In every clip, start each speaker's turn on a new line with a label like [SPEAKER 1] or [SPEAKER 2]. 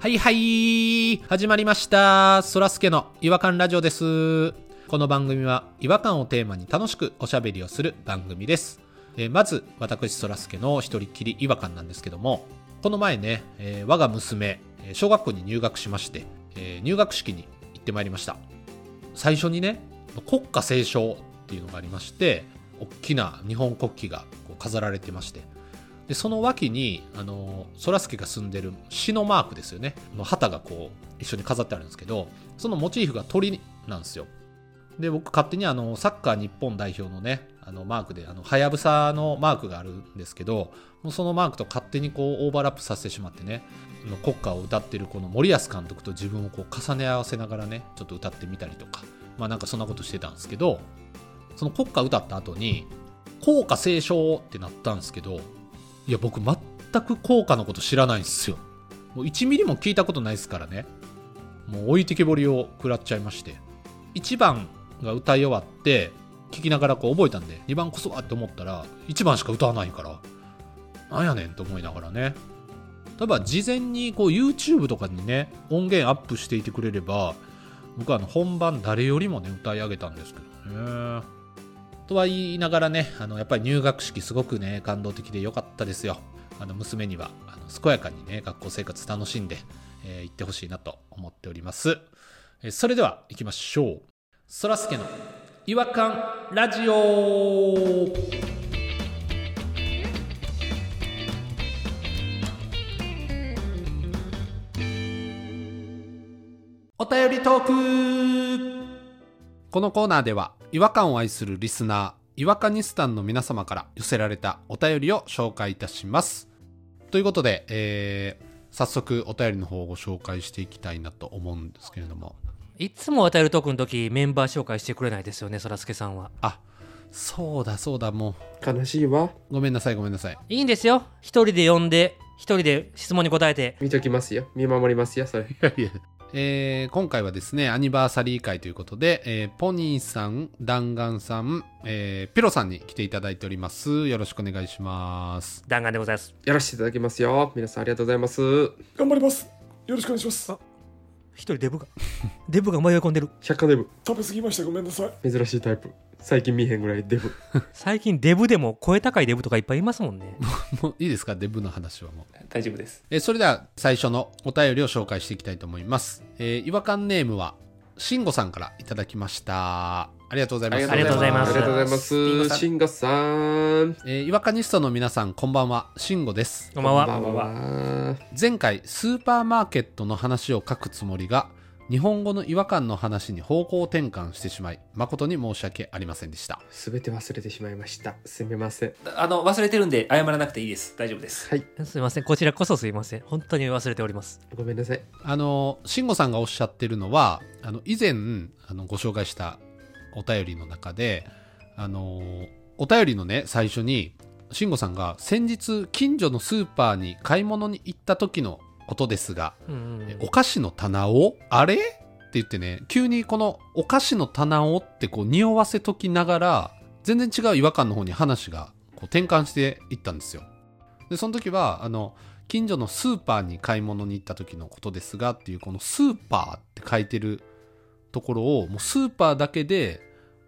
[SPEAKER 1] はいはい始まりましたそらすけの違和感ラジオですこの番組は違和感をテーマに楽しくおしゃべりをする番組ですえーまず私そらすけの一人っきり違和感なんですけどもこの前ね、えー我が娘えー小学校に入学しまして、えー入学式に行ってまいりました最初にね国歌斉唱っていうのがありまして大きな日本国旗がこう飾られてましてでその脇にあのそらすけが住んでる詩のマークですよねあの旗がこう一緒に飾ってあるんですけどそのモチーフが鳥なんですよで僕勝手にあのサッカー日本代表のねあのマークであのはやぶさのマークがあるんですけどもうそのマークと勝手にこうオーバーラップさせてしまってねあの国歌を歌ってるこの森保監督と自分をこう重ね合わせながらねちょっと歌ってみたりとかまあなんかそんなことしてたんですけどその国歌歌った後に校歌斉唱ってなったんですけどいや僕全く効果のこと知らないんですよもう1ミリも聞いたことないですからねもう置いてけぼりを食らっちゃいまして1番が歌い終わって聞きながらこう覚えたんで2番こそはって思ったら1番しか歌わないからなんやねんと思いながらね例えば事前にこう YouTube とかにね音源アップしていてくれれば僕はあの本番誰よりもね歌い上げたんですけどねとは言いながらねあのやっぱり入学式すごくね感動的で良かったですよあの娘にはあの健やかにね学校生活楽しんで、えー行ってほしいなと思っております、えーそれでは行きましょうそらすけの違和感ラジオお便りトークこのコーナーでは違和感を愛するリスナー違和感ニスタンの皆様から寄せられたお便りを紹介いたしますということで、えー早速お便りの方をご紹介していきたいなと思うんですけれども
[SPEAKER 2] いつも渡るトークの時メンバー紹介してくれないですよねそらすけさんは
[SPEAKER 1] あそうだそうだも
[SPEAKER 3] 悲しいわ
[SPEAKER 1] うごめんなさいごめんなさい
[SPEAKER 2] いいんですよ一人で呼んで一人で質問に答えて
[SPEAKER 3] 見ときますよ見守りますよそれ
[SPEAKER 1] えー今回はですねアニバーサリー会ということで、えーポニーさん弾丸さん、えーピロさんに来ていただいておりますよろしくお願いします
[SPEAKER 2] 弾丸でございます
[SPEAKER 3] やらせていただきますよ皆さんありがとうございます
[SPEAKER 4] 頑張りますよろしくお願いします
[SPEAKER 2] 一人デブが デブが迷い込んでる
[SPEAKER 3] 百科デブ
[SPEAKER 4] 食べ過ぎましたごめんなさい
[SPEAKER 3] 珍しいタイプ最近見えへんぐらいデブ
[SPEAKER 2] 最近デブでも声高いデブとかいっぱいいますもん ね
[SPEAKER 1] もういいですかデブの話はもう
[SPEAKER 5] 大丈夫です。
[SPEAKER 1] えーそれでは最初のお便りを紹介していきたいと思います、えー違和感ネームはしんごさんからいただきましたありがとうございます
[SPEAKER 2] ありがとうございます
[SPEAKER 3] ありがとうございま
[SPEAKER 5] リンゴさ
[SPEAKER 3] す
[SPEAKER 5] ん
[SPEAKER 3] シンガさん
[SPEAKER 1] えー違和感ニストの皆さんこんばんはしんごです
[SPEAKER 2] こんばんは
[SPEAKER 3] こんばんは
[SPEAKER 1] 前回スーパーマーケットの話を書くつもりが日本語の違和感の話に方向転換してしまい誠に申し訳ありませんでした
[SPEAKER 3] すべて忘れてしまいましたすみません
[SPEAKER 5] あの、忘れてるんで謝らなくていいです。大丈夫です。
[SPEAKER 3] はい
[SPEAKER 2] すいませんこちらこそすいません本当に忘れております
[SPEAKER 3] ごめんなさい
[SPEAKER 1] あのしんごさんがおっしゃってるのはあの以前あのご紹介したお便りの中であのお便りのね最初にしんごさんが先日近所のスーパーに買い物に行った時のことですが、
[SPEAKER 2] うんうん
[SPEAKER 1] えお菓子の棚をあれって言ってね急にこのお菓子の棚をってこう匂わせときながら全然違う違和感の方に話がこう転換していったんですよでその時はあの近所のスーパーに買い物に行った時のことですがっていうこのスーパーって書いてるところをもうスーパーだけで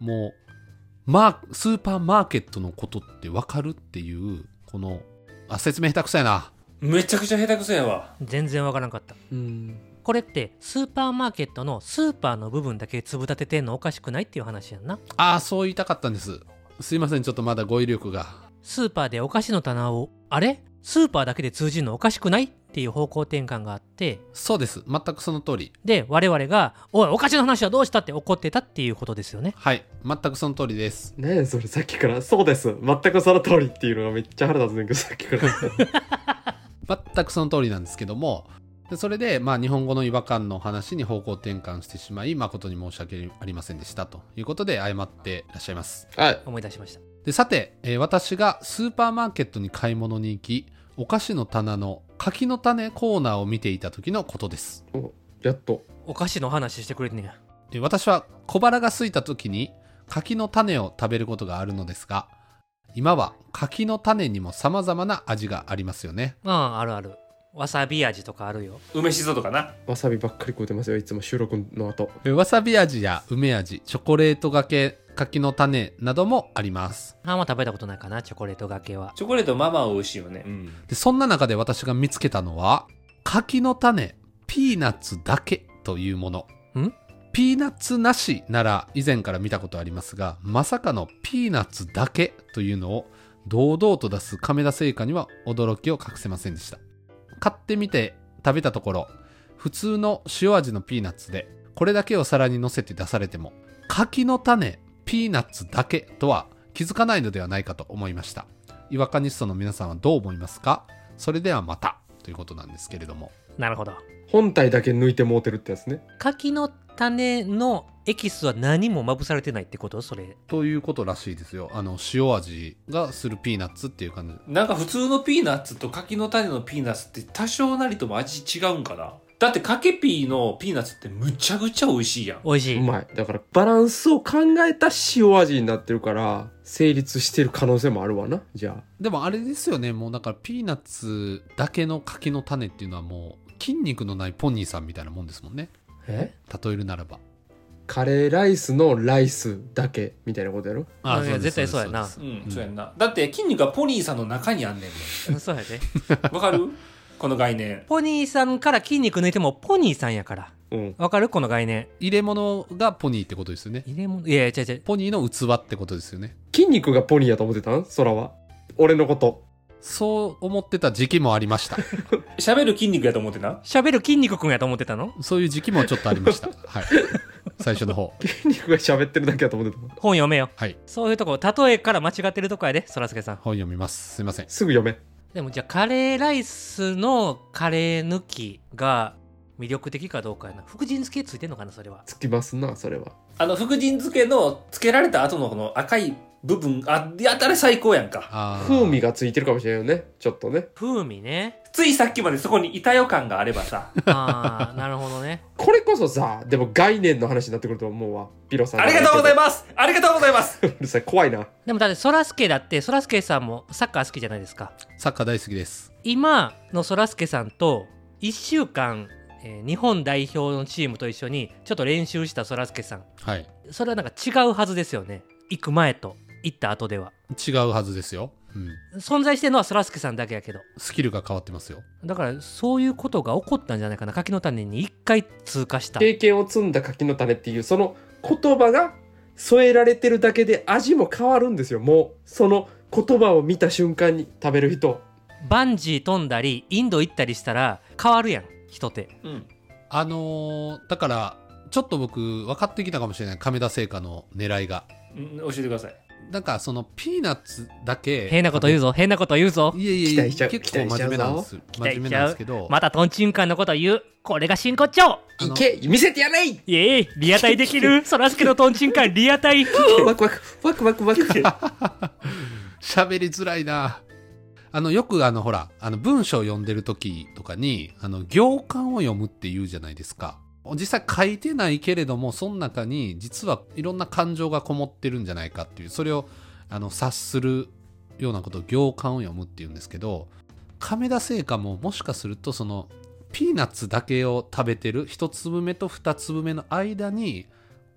[SPEAKER 1] もうマースーパーマーケットのことってわかるっていうこのあ説明下手くそやな
[SPEAKER 5] めちゃくちゃ下手くそやわ。
[SPEAKER 2] 全然わからんかった
[SPEAKER 3] うん
[SPEAKER 2] これってスーパーマーケットのスーパーの部分だけ粒立ててんのおかしくないっていう話やんな
[SPEAKER 1] ああそう言いたかったんですすいませんちょっとまだ語彙力が
[SPEAKER 2] スーパーでお菓子の棚をあれスーパーだけで通じるのおかしくないっていう方向転換があって
[SPEAKER 1] そうです全くその通り
[SPEAKER 2] で我々が「おいお菓子の話はどうした?」って怒ってたっていうことですよね
[SPEAKER 1] はい全くその通りです
[SPEAKER 3] 何やそれさっきからそうです全くその通りっていうのがめっちゃ腹立つねんけどさっきから
[SPEAKER 1] 全くその通りなんですけどもでそれで、まあ、日本語の違和感の話に方向転換してしまい誠に申し訳ありませんでしたということで謝ってらっしゃいます
[SPEAKER 3] はい
[SPEAKER 2] 思い出しました
[SPEAKER 1] でさて、えー私がスーパーマーケットに買い物に行きお菓子の棚の柿の種コーナーを見ていた時のことです
[SPEAKER 3] やっと
[SPEAKER 2] お菓子の話してくれてんねや
[SPEAKER 1] え私は小腹が空いた時に柿の種を食べることがあるのですが今は柿の種にも様々な味がありますよね
[SPEAKER 2] あああるあるわさび味とかあるよ
[SPEAKER 5] 梅しそとかな
[SPEAKER 3] わさびばっかり食うてますよいつも収録の後
[SPEAKER 1] えわさび味や梅味チョコレートがけ柿の種などもあります
[SPEAKER 2] あんま食べたことないかなチョコレートがけは
[SPEAKER 5] チョコレートまあまあ美味しいよねうん
[SPEAKER 1] でそんな中で私が見つけたのは柿の種ピーナッツだけというもの
[SPEAKER 2] ん
[SPEAKER 1] ピーナッツなしなら以前から見たことありますがまさかのピーナッツだけというのを堂々と出す亀田製菓には驚きを隠せませんでした買ってみて食べたところ普通の塩味のピーナッツでこれだけを皿に乗せて出されても柿の種ピーナッツだけとは気づかないのではないかと思いました違和感ニストの皆さんはどう思いますかそれではまたということなんですけれども
[SPEAKER 2] なるほど
[SPEAKER 3] 本体だけ抜いてもうてるってやつね
[SPEAKER 2] 柿の種のエキスは何もまぶされてないってことそれ
[SPEAKER 1] ということらしいですよあの塩味がするピーナッツっていう感じ
[SPEAKER 5] なんか普通のピーナッツと柿の種のピーナッツって多少なりとも味違うんかなだって柿ピーのピーナッツってむちゃくちゃ美味しいやん
[SPEAKER 2] 美味し
[SPEAKER 3] う
[SPEAKER 2] い
[SPEAKER 3] まいだからバランスを考えた塩味になってるから成立してる可能性もあるわなじゃ
[SPEAKER 1] でもあれですよねもうだからピーナッツだけの柿の種っていうのはもう筋肉のないポニーさんみたいなもんですもんね
[SPEAKER 3] あえ
[SPEAKER 1] 例えるならば
[SPEAKER 3] カレーライスのライスだけみたいなことやろ
[SPEAKER 2] あい
[SPEAKER 1] で
[SPEAKER 2] や
[SPEAKER 1] す
[SPEAKER 2] 絶対そうやな
[SPEAKER 1] です
[SPEAKER 5] うん、
[SPEAKER 1] うん
[SPEAKER 5] そうやんなだって筋肉がポニーさんの中にあんねん
[SPEAKER 2] そうやで
[SPEAKER 5] もんわかる この概念
[SPEAKER 2] ポニーさんから筋肉抜いてもポニーさんやから
[SPEAKER 3] うん
[SPEAKER 2] わかるこの概念
[SPEAKER 1] 入れ物がポニーってことですよね
[SPEAKER 2] 入れ物いやいや違う違う
[SPEAKER 1] ポニーの器ってことですよね
[SPEAKER 3] 筋肉がポニーやと思ってたん空は俺のこと
[SPEAKER 1] そう思ってた時期もありました
[SPEAKER 5] 喋る筋肉やと思ってな
[SPEAKER 2] 喋る筋肉くんやと思ってたの
[SPEAKER 1] そういう時期もちょっとありましたはい最初の方
[SPEAKER 3] 筋肉が喋ってるだけやと思ってた
[SPEAKER 2] 本読めよ
[SPEAKER 1] はい
[SPEAKER 2] そういうとこ例えから間違ってるとこやでそらすけさん
[SPEAKER 1] 本読みますすいません
[SPEAKER 3] すぐ読め
[SPEAKER 2] でもじゃあカレーライスのカレー抜きが魅力的かどうかやな福神漬けついてんのかなそれは
[SPEAKER 3] つきますなそれは
[SPEAKER 5] あの福神漬けのつけられた後のこの赤い部分あやたら最高やんか
[SPEAKER 1] あー
[SPEAKER 3] 風味がついてるかもしれないよねちょっとね
[SPEAKER 2] 風味ね
[SPEAKER 5] ついさっきまでそこにいた予感があれば さ
[SPEAKER 2] あ あなるほどね
[SPEAKER 3] これこそさでも概念の話になってくると思うわピロさん
[SPEAKER 5] ありがとうござい
[SPEAKER 3] ま
[SPEAKER 5] ますありがとうございま
[SPEAKER 3] す
[SPEAKER 5] す
[SPEAKER 3] うるさい怖いな
[SPEAKER 2] でもだってそらすけだってそらすけさんもサッカー好きじゃないですか
[SPEAKER 1] サッカー大好きです
[SPEAKER 2] 今のそらすけさんと1週間、えー日本代表のチームと一緒にちょっと練習したそらすけさん
[SPEAKER 1] はい
[SPEAKER 2] それはなんか違うはずですよね行く前と行った後では
[SPEAKER 1] 違うはずですよ、うん、
[SPEAKER 2] 存在してるのはそらすけさんだけやけど
[SPEAKER 1] スキルが変わってますよ
[SPEAKER 2] だからそういうことが起こったんじゃないかな柿の種に一回通過した
[SPEAKER 3] 経験を積んだ柿の種っていうその言葉が添えられてるだけで味も変わるんですよもうその言葉を見た瞬間に食べる人
[SPEAKER 2] バンジー飛んだりインド行ったりしたら変わるやん人って
[SPEAKER 5] うん
[SPEAKER 1] あのーだからちょっと僕分かってきたかもしれない亀田製菓の狙いが
[SPEAKER 5] うん教えてください
[SPEAKER 1] なんかそのピーナッツだけ
[SPEAKER 2] 変なこと言うぞ変なこと言う ぞ
[SPEAKER 1] いやい
[SPEAKER 3] 期
[SPEAKER 1] やい
[SPEAKER 3] 待しちゃ
[SPEAKER 1] や
[SPEAKER 3] う
[SPEAKER 1] 結構真面目なんです真
[SPEAKER 2] 待しちゃうぞ
[SPEAKER 1] 面目なんですけど、
[SPEAKER 2] またトンチンカンのこと言うこれが真骨頂
[SPEAKER 1] あの
[SPEAKER 3] いけ見せてやれい
[SPEAKER 2] イエーイリアタイでき るそらすけのトンチンカンリアタイ
[SPEAKER 3] ワクワクワクワクワク
[SPEAKER 1] 喋りづらいなあのよくあのほらあの文章を読んでる時とかにあの行間を読むって言うじゃないですか実際書いてないけれどもその中に実はいろんな感情がこもってるんじゃないかっていうそれをあの察するようなことを行間を読むっていうんですけど亀田製菓ももしかするとそのピーナッツだけを食べてる一粒目と二粒目の間に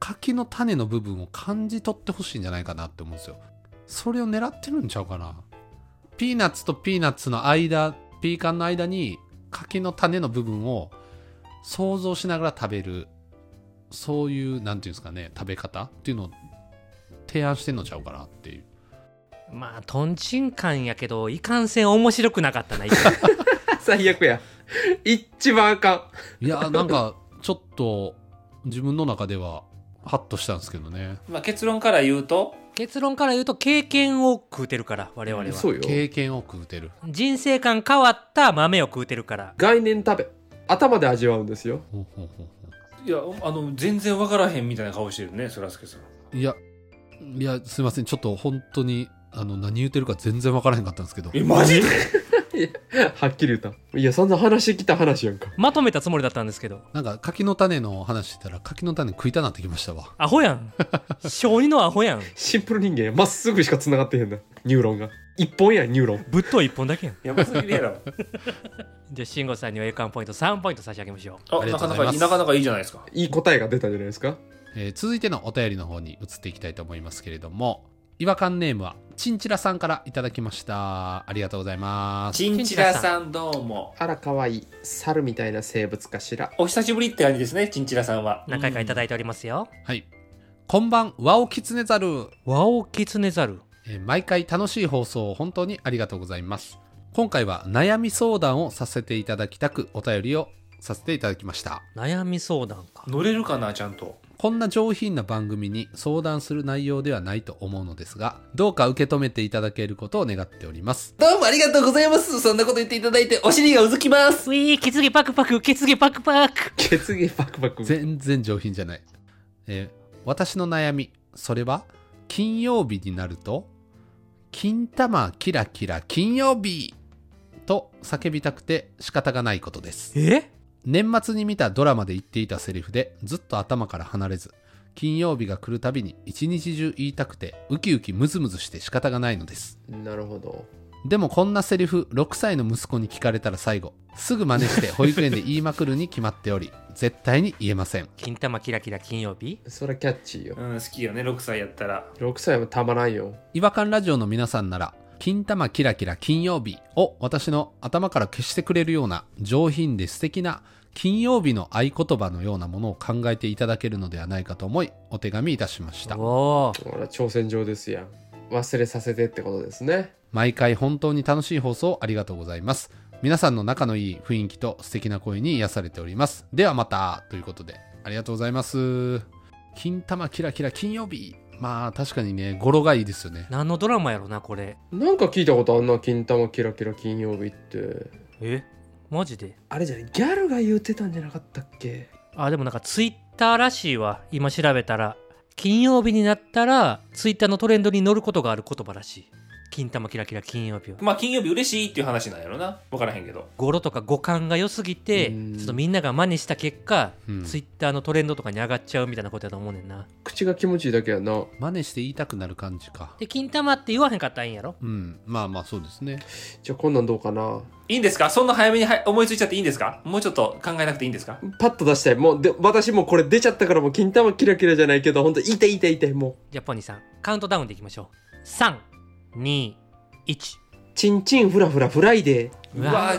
[SPEAKER 1] 柿の種の部分を感じ取ってほしいんじゃないかなって思うんですよそれを狙ってるんちゃうかなピーナッツとピーナッツの間ピーカンの間に柿の種の部分を想像しながら食べるそういうなんていうんですかね食べ方っていうのを提案してんのちゃうかなっていう
[SPEAKER 2] まあトンチンカンやけどいかんせん面白くなかったな一 回
[SPEAKER 3] 最悪や一番あか
[SPEAKER 1] いやなんかちょっと自分の中ではハッとしたんですけどね
[SPEAKER 5] まあ、結論から言うと
[SPEAKER 2] 結論から言うと経験を食うてるから我々
[SPEAKER 3] ん
[SPEAKER 2] は
[SPEAKER 3] そうよ
[SPEAKER 1] 経験を食うてる
[SPEAKER 2] 人生観変わった豆を食うてるから
[SPEAKER 3] 概念食べ頭で味わうんですよ
[SPEAKER 1] ほうほうほうほ
[SPEAKER 5] いやあの全然わからへんみたいな顔してるねそらすけさん
[SPEAKER 1] ういやいやすいませんちょっと本当にあの何言ってるか全然わからへんかったんですけど
[SPEAKER 5] えマジで
[SPEAKER 3] はっきり言った。いや、そんな話してきた話やんか。
[SPEAKER 2] まとめたつもりだったんですけど
[SPEAKER 1] なんか柿の種の話してたら柿の種食いたなってきましたわ
[SPEAKER 2] アホや ん小児のアホやん
[SPEAKER 3] シンプル人間やまっすぐしか繋がってへんな。ニューロンが。一本やん、ニューロン。
[SPEAKER 2] ぶっとい一本だけやん
[SPEAKER 5] やばすぎ るやろ
[SPEAKER 2] じゃあ慎吾さんには栄冠ポイント3ポイント差し上げましょう
[SPEAKER 5] あ
[SPEAKER 1] あり
[SPEAKER 5] な
[SPEAKER 1] がと
[SPEAKER 5] か
[SPEAKER 1] うご
[SPEAKER 5] な
[SPEAKER 1] ざいます
[SPEAKER 5] かいいなかなかいいじゃないですか
[SPEAKER 3] いい答えが出たんじゃないですか。
[SPEAKER 1] えー続いてのお便りの方に移っていきたいと思いますけれども違和感ネームはチンチラさんからいただきましたありがとうございます
[SPEAKER 5] チンチラさんどうも
[SPEAKER 3] あら、かわいい。猿みたいな生物かしら。
[SPEAKER 5] お久しぶりって感じですねチンチラさんは
[SPEAKER 2] 何回かいただいておりますよ、
[SPEAKER 1] はいこんばんワオキツネザル
[SPEAKER 2] ワオキツネザル
[SPEAKER 1] えー毎回楽しい放送を本当にありがとうございます今回は悩み相談をさせていただきたくお便りをさせていただきました
[SPEAKER 2] 悩み相談か
[SPEAKER 5] 乗れるかなちゃんと
[SPEAKER 1] こんな上品な番組に相談する内容ではないと思うのですがどうか受け止めていただけることを願っております
[SPEAKER 5] どうもありがとうございますそんなこと言っていただいてお尻がうずきます
[SPEAKER 2] ウィー血毛パクパク血毛パクパク
[SPEAKER 3] 血芸パクパク。
[SPEAKER 1] 全然上品じゃない、えー私の悩みそれは金曜日になると「金玉キラキラ金曜日!」と叫びたくて仕方がないことです
[SPEAKER 2] え
[SPEAKER 1] 年末に見たドラマで言っていたセリフでずっと頭から離れず金曜日が来るたびに一日中言いたくてウキウキムズムズして仕方がないのです
[SPEAKER 3] なるほど。
[SPEAKER 1] でもこんなセリフ6歳の息子に聞かれたら最後すぐ真似して保育園で言いまくるに決まっており絶対に言えません
[SPEAKER 2] 金玉キラキラ金曜日
[SPEAKER 3] そりゃキャッチーよ
[SPEAKER 5] う。ん好きよね6歳やったら
[SPEAKER 3] 6歳はたまらんよ。
[SPEAKER 1] 違和感ラジオの皆さんなら「金玉キラキラ金曜日」を私の頭から消してくれるような上品で素敵な金曜日の合言葉のようなものを考えていただけるのではないかと思いお手紙いたしました
[SPEAKER 2] おー
[SPEAKER 3] ほら、挑戦状ですやん。忘れさせてってことですね。
[SPEAKER 1] 毎回本当に楽しい放送ありがとうございます皆さんの仲のいい雰囲気と素敵な声に癒されておりますではまたということでありがとうございます金玉キラキラ金曜日まあ確かにね語呂がいいですよね
[SPEAKER 2] 何のドラマやろなこれ
[SPEAKER 3] なんか聞いたことあんな、金玉キラキラ金曜日って。
[SPEAKER 2] えマジで
[SPEAKER 3] あれじゃないギャルが言うてたんじゃなかったっけ
[SPEAKER 2] あでもなんかツイッターらしいわ今調べたら金曜日になったらツイッターのトレンドに乗ることがある言葉らしい金玉キラキラ金曜日は
[SPEAKER 5] まあ金曜日嬉しいっていう話なんやろな分からへんけど
[SPEAKER 2] 語呂とか語感が良すぎて
[SPEAKER 3] うん
[SPEAKER 2] ちょっとみんなが真似した結果、
[SPEAKER 1] うん
[SPEAKER 2] ツイッターのトレンドとかに上がっちゃうみたいなことやと思うねんな
[SPEAKER 3] 口が気持ちいいだけやな。
[SPEAKER 1] 真似して言いたくなる感じか
[SPEAKER 2] で金玉って言わへんかったらいいんやろ
[SPEAKER 1] うんまあまあそうですね
[SPEAKER 3] じゃあこんなんどうかない
[SPEAKER 5] いんですかそんな早めにはい思いついちゃっていいんですかもうちょっと考えなくていいんですか
[SPEAKER 3] パッと出したい。もうで、私もうこれ出ちゃったからもう金玉キラキラじゃないけど、ほんと痛い痛い痛い。も
[SPEAKER 2] ジャポニーさんカウントダウンでいきましょう321
[SPEAKER 3] う、チンチンフラフラフライデー。
[SPEAKER 2] うわ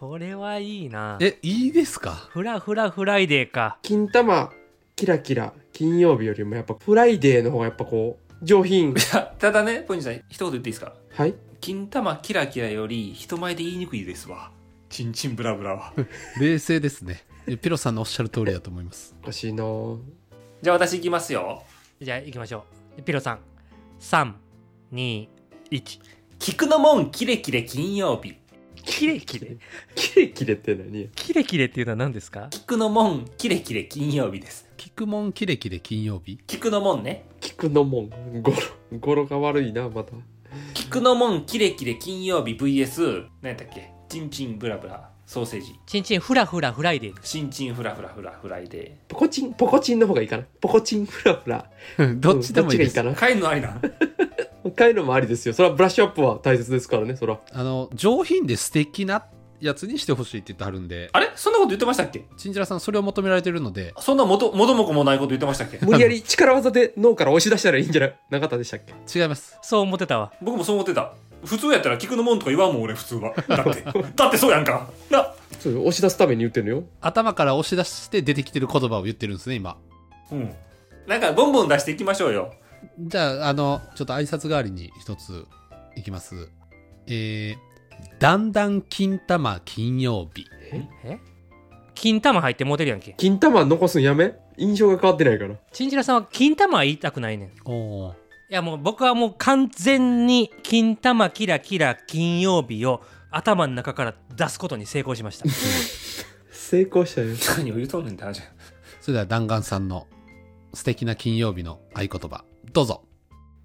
[SPEAKER 2] これはいいな
[SPEAKER 1] えいいですか
[SPEAKER 2] フラフラフライデーか
[SPEAKER 3] 金玉キラキラ金曜日よりもやっぱフライデーの方がやっぱこう、上 品。
[SPEAKER 5] ただねポニーさん一言言っていいですか
[SPEAKER 3] はい
[SPEAKER 5] 金玉キラキラより人前で言いにくいですわチンチンブラブラは
[SPEAKER 1] 冷静ですねえピロさんのおっしゃる通りだと思います
[SPEAKER 3] おかしいなぁ
[SPEAKER 5] じゃあ私行きますよ
[SPEAKER 2] じゃあ行きましょうピロさん321
[SPEAKER 5] 菊の門キレキレ金曜日
[SPEAKER 2] キレキレ
[SPEAKER 3] キレキレって何
[SPEAKER 2] キレキレっていうのは何ですか
[SPEAKER 5] 菊の門キレキレ金曜日です
[SPEAKER 1] キクモンキレキレ金曜日
[SPEAKER 5] 菊の門ね
[SPEAKER 3] 菊のもん。ゴロ、ゴロが悪いな、また。
[SPEAKER 5] 菊の門キレキレ金曜日 VS 何やったっけチンチンブラブラソーセージ
[SPEAKER 2] チンチンフラフラフライデー
[SPEAKER 5] チンチンフラフラフラフライデ
[SPEAKER 3] ポコチン、ポコチンの方がいいかな。ポコチンフラフラ。
[SPEAKER 1] どっちでもいいです、
[SPEAKER 3] どっちがいいか
[SPEAKER 5] ー帰るのありなん
[SPEAKER 3] な。買うのもありですよ。それはブラッシュアップは大切ですからね、そら。
[SPEAKER 1] あの上品で素敵なやつにしてほしいって言ってはるんで
[SPEAKER 5] あれそんなこと言ってましたっけ
[SPEAKER 1] チンジラさんそれを求められてるので
[SPEAKER 5] そんな元元も子もないこと言ってましたっけ
[SPEAKER 3] 無理やり力技で脳から押し出したらいいんじゃないなかったでしたっけ
[SPEAKER 1] 違います
[SPEAKER 2] そう思ってたわ
[SPEAKER 5] 僕もそう思ってた普通やったら菊の門とか言わんもん俺普通はだって だってそうやんかな
[SPEAKER 3] そう押し出すために言ってんのよ。
[SPEAKER 1] 頭から押し出して出てきてる言葉を言ってるんですね今
[SPEAKER 5] うんなんかボンボン出していきましょうよ
[SPEAKER 1] じゃああのちょっと挨拶代わりに一ついきますえー、だんだん金玉金曜日
[SPEAKER 2] え金玉入ってモテるやんけ
[SPEAKER 3] 金玉残すんやめ印象が変わってないから。
[SPEAKER 2] チンチラさんは金玉は言いたくないねんい
[SPEAKER 1] おー
[SPEAKER 2] やもう僕はもう完全に金玉キラキラ金曜日を頭の中から出すことに成功しました
[SPEAKER 3] 成功したよ。
[SPEAKER 5] 何を言うとんねんって話
[SPEAKER 1] それでは弾丸さんの素敵な金曜日の合言葉どうぞ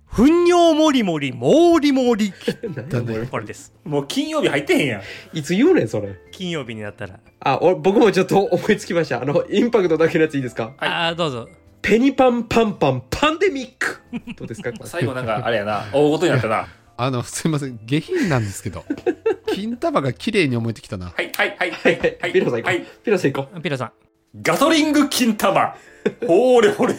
[SPEAKER 2] 糞尿もりもりもりもり
[SPEAKER 1] だんだん
[SPEAKER 2] これです
[SPEAKER 5] もう金曜日入ってへんやん。
[SPEAKER 3] いつ言うねんそれ
[SPEAKER 2] 金曜日になったら
[SPEAKER 3] あお僕もちょっと思いつきましたあのインパクトだけのやついいですか
[SPEAKER 5] はい
[SPEAKER 2] ああどうぞ
[SPEAKER 3] ペニパンパンパンパンデミックどうですかこれ
[SPEAKER 5] 最後なんか、あれやな、大ごとになったな。
[SPEAKER 1] あの、すいません。下品なんですけど。 金玉が綺麗に思えてきたな。
[SPEAKER 5] はい、はい、はい、はい、は
[SPEAKER 3] ピロさん行
[SPEAKER 5] い、
[SPEAKER 3] こう、
[SPEAKER 5] はい。
[SPEAKER 3] ピロさん行こ
[SPEAKER 2] ピロさん
[SPEAKER 5] ガソリング金玉。ほれほれ。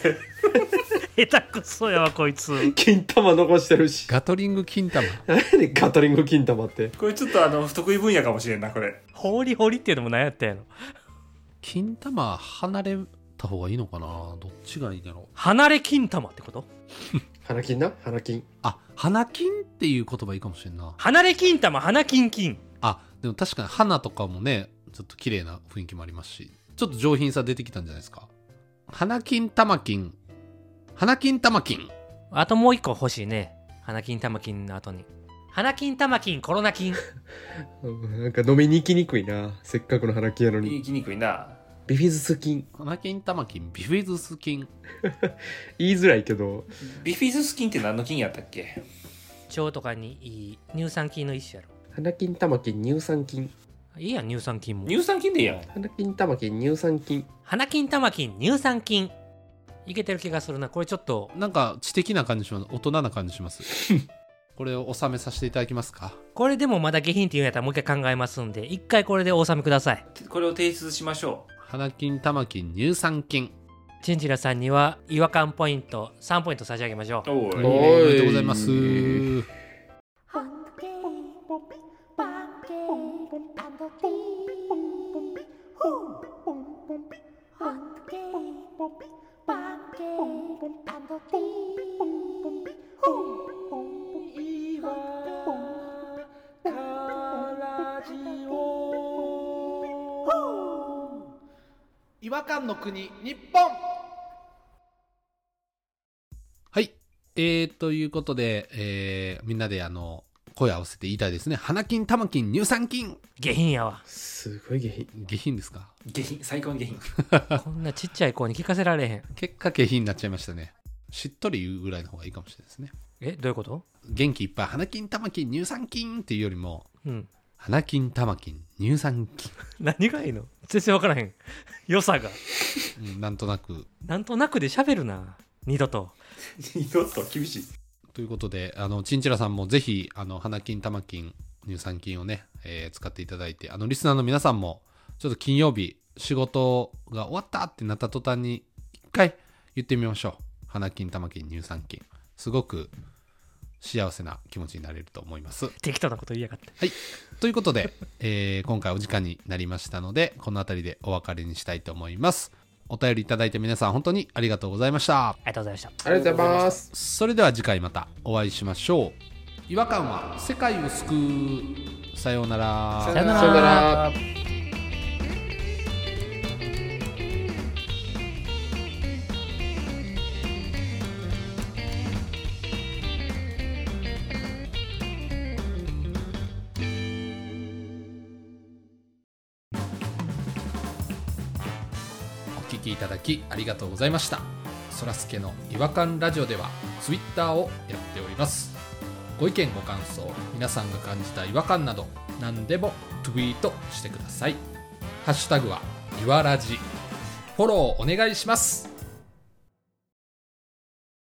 [SPEAKER 2] 下手くそやわこいつ
[SPEAKER 3] う金玉残してるし
[SPEAKER 1] ガトリング金玉。
[SPEAKER 3] 何やねんガトリング金玉って
[SPEAKER 5] これちょっとあの、不得意分野かもしれんな、これ。
[SPEAKER 2] ホリホリっていうのも何やったんやろ
[SPEAKER 1] 金玉離れた方がいいのかなどっちがいいだろう。
[SPEAKER 2] 離れ金玉ってこと
[SPEAKER 3] 花金な花金
[SPEAKER 1] あ、花金っていう言葉いいかもしれんな。
[SPEAKER 2] 離れ金玉花金金
[SPEAKER 1] あ、でも確かに花とかもね、ちょっと綺麗な雰囲気もありますし、ちょっと上品さ出てきたんじゃないですか。花金玉金。花金玉金。
[SPEAKER 2] あともう一個欲しいね花金玉金の後に花金玉金コロナ金
[SPEAKER 3] うんなんか飲みに行きにくいなせっかくの花金やのに
[SPEAKER 5] 行きにくいな。
[SPEAKER 3] ビフィズス菌
[SPEAKER 1] 花金玉金、ビフィズス金。
[SPEAKER 3] 言いづらいけど
[SPEAKER 5] ビフィズス菌って何の菌やったっけ
[SPEAKER 2] 腸とかにいい乳酸菌の一種やろ
[SPEAKER 3] 花金玉菌乳酸菌
[SPEAKER 2] いいやん乳酸菌も
[SPEAKER 5] 乳酸菌でいいやん。
[SPEAKER 3] 花金玉菌乳酸菌
[SPEAKER 2] 花金玉金乳酸菌いけてる気がするなこれちょっと
[SPEAKER 1] なんか知的な感じします。大人な感じします。これを収めさせていただきますか。
[SPEAKER 2] これでもまだ下品って言うんやったらもう一回考えますんで一回これでお納めください
[SPEAKER 5] これを提出しましょ
[SPEAKER 1] 花金玉金、乳酸菌。
[SPEAKER 2] チンチラさんには違和感ポイント3ポイント差し上げましょう
[SPEAKER 5] う。お
[SPEAKER 1] お
[SPEAKER 5] い
[SPEAKER 1] め
[SPEAKER 3] い
[SPEAKER 1] でとうございます。
[SPEAKER 6] Hungry.
[SPEAKER 1] 違和感の国、日本はい。えー、ということで、えーみんなであの、声合わせて言いたいですね。花金、玉金、乳酸菌
[SPEAKER 2] 下品や わ
[SPEAKER 3] すごい下品
[SPEAKER 1] 下品ですか
[SPEAKER 5] 下品、最高に下品。
[SPEAKER 2] こんなちっちゃい子に聞かせられへん
[SPEAKER 1] 結果下品になっちゃいましたね。しっとり言うぐらいの方がいいかもしれないですね。
[SPEAKER 2] えどういうこと
[SPEAKER 1] 元気いっぱい、花金、玉金、乳酸菌っていうよりも、
[SPEAKER 2] うん
[SPEAKER 1] 花金、玉金、乳酸菌。
[SPEAKER 2] 何がいいの全然分からへん良さが
[SPEAKER 1] うんなんとなく。
[SPEAKER 2] なんとなくで喋るな二度と
[SPEAKER 5] 二度と厳しい。
[SPEAKER 1] ということで、あの、チンチラさんもぜひ、あの、花金、玉金、乳酸菌をね、えー使っていただいて、あの、リスナーの皆さんも、ちょっと金曜日、仕事が終わったってなった途端に、一回言ってみましょう。花金、玉金、乳酸菌。すごく幸せな気持ちになれると思います。
[SPEAKER 2] 適当なこと言いやがって
[SPEAKER 1] ということで、えー今回お時間になりましたので、この辺りでお別れにしたいと思います。お便りいただいた皆さん、本当にありがとうございました。
[SPEAKER 2] ありがとうございました
[SPEAKER 3] ありがとうございます
[SPEAKER 1] それでは次回またお会いしましょう違和感は世界を救うさようなら
[SPEAKER 5] さようなら
[SPEAKER 3] さよなら
[SPEAKER 1] お聞きいただきありがとうございましたそらすけの違和感ラジオではツイッターをやっておりますご意見ご感想皆さんが感じた違和感など何でもツイートしてくださいハッシュタグはイワラジフォローお願いします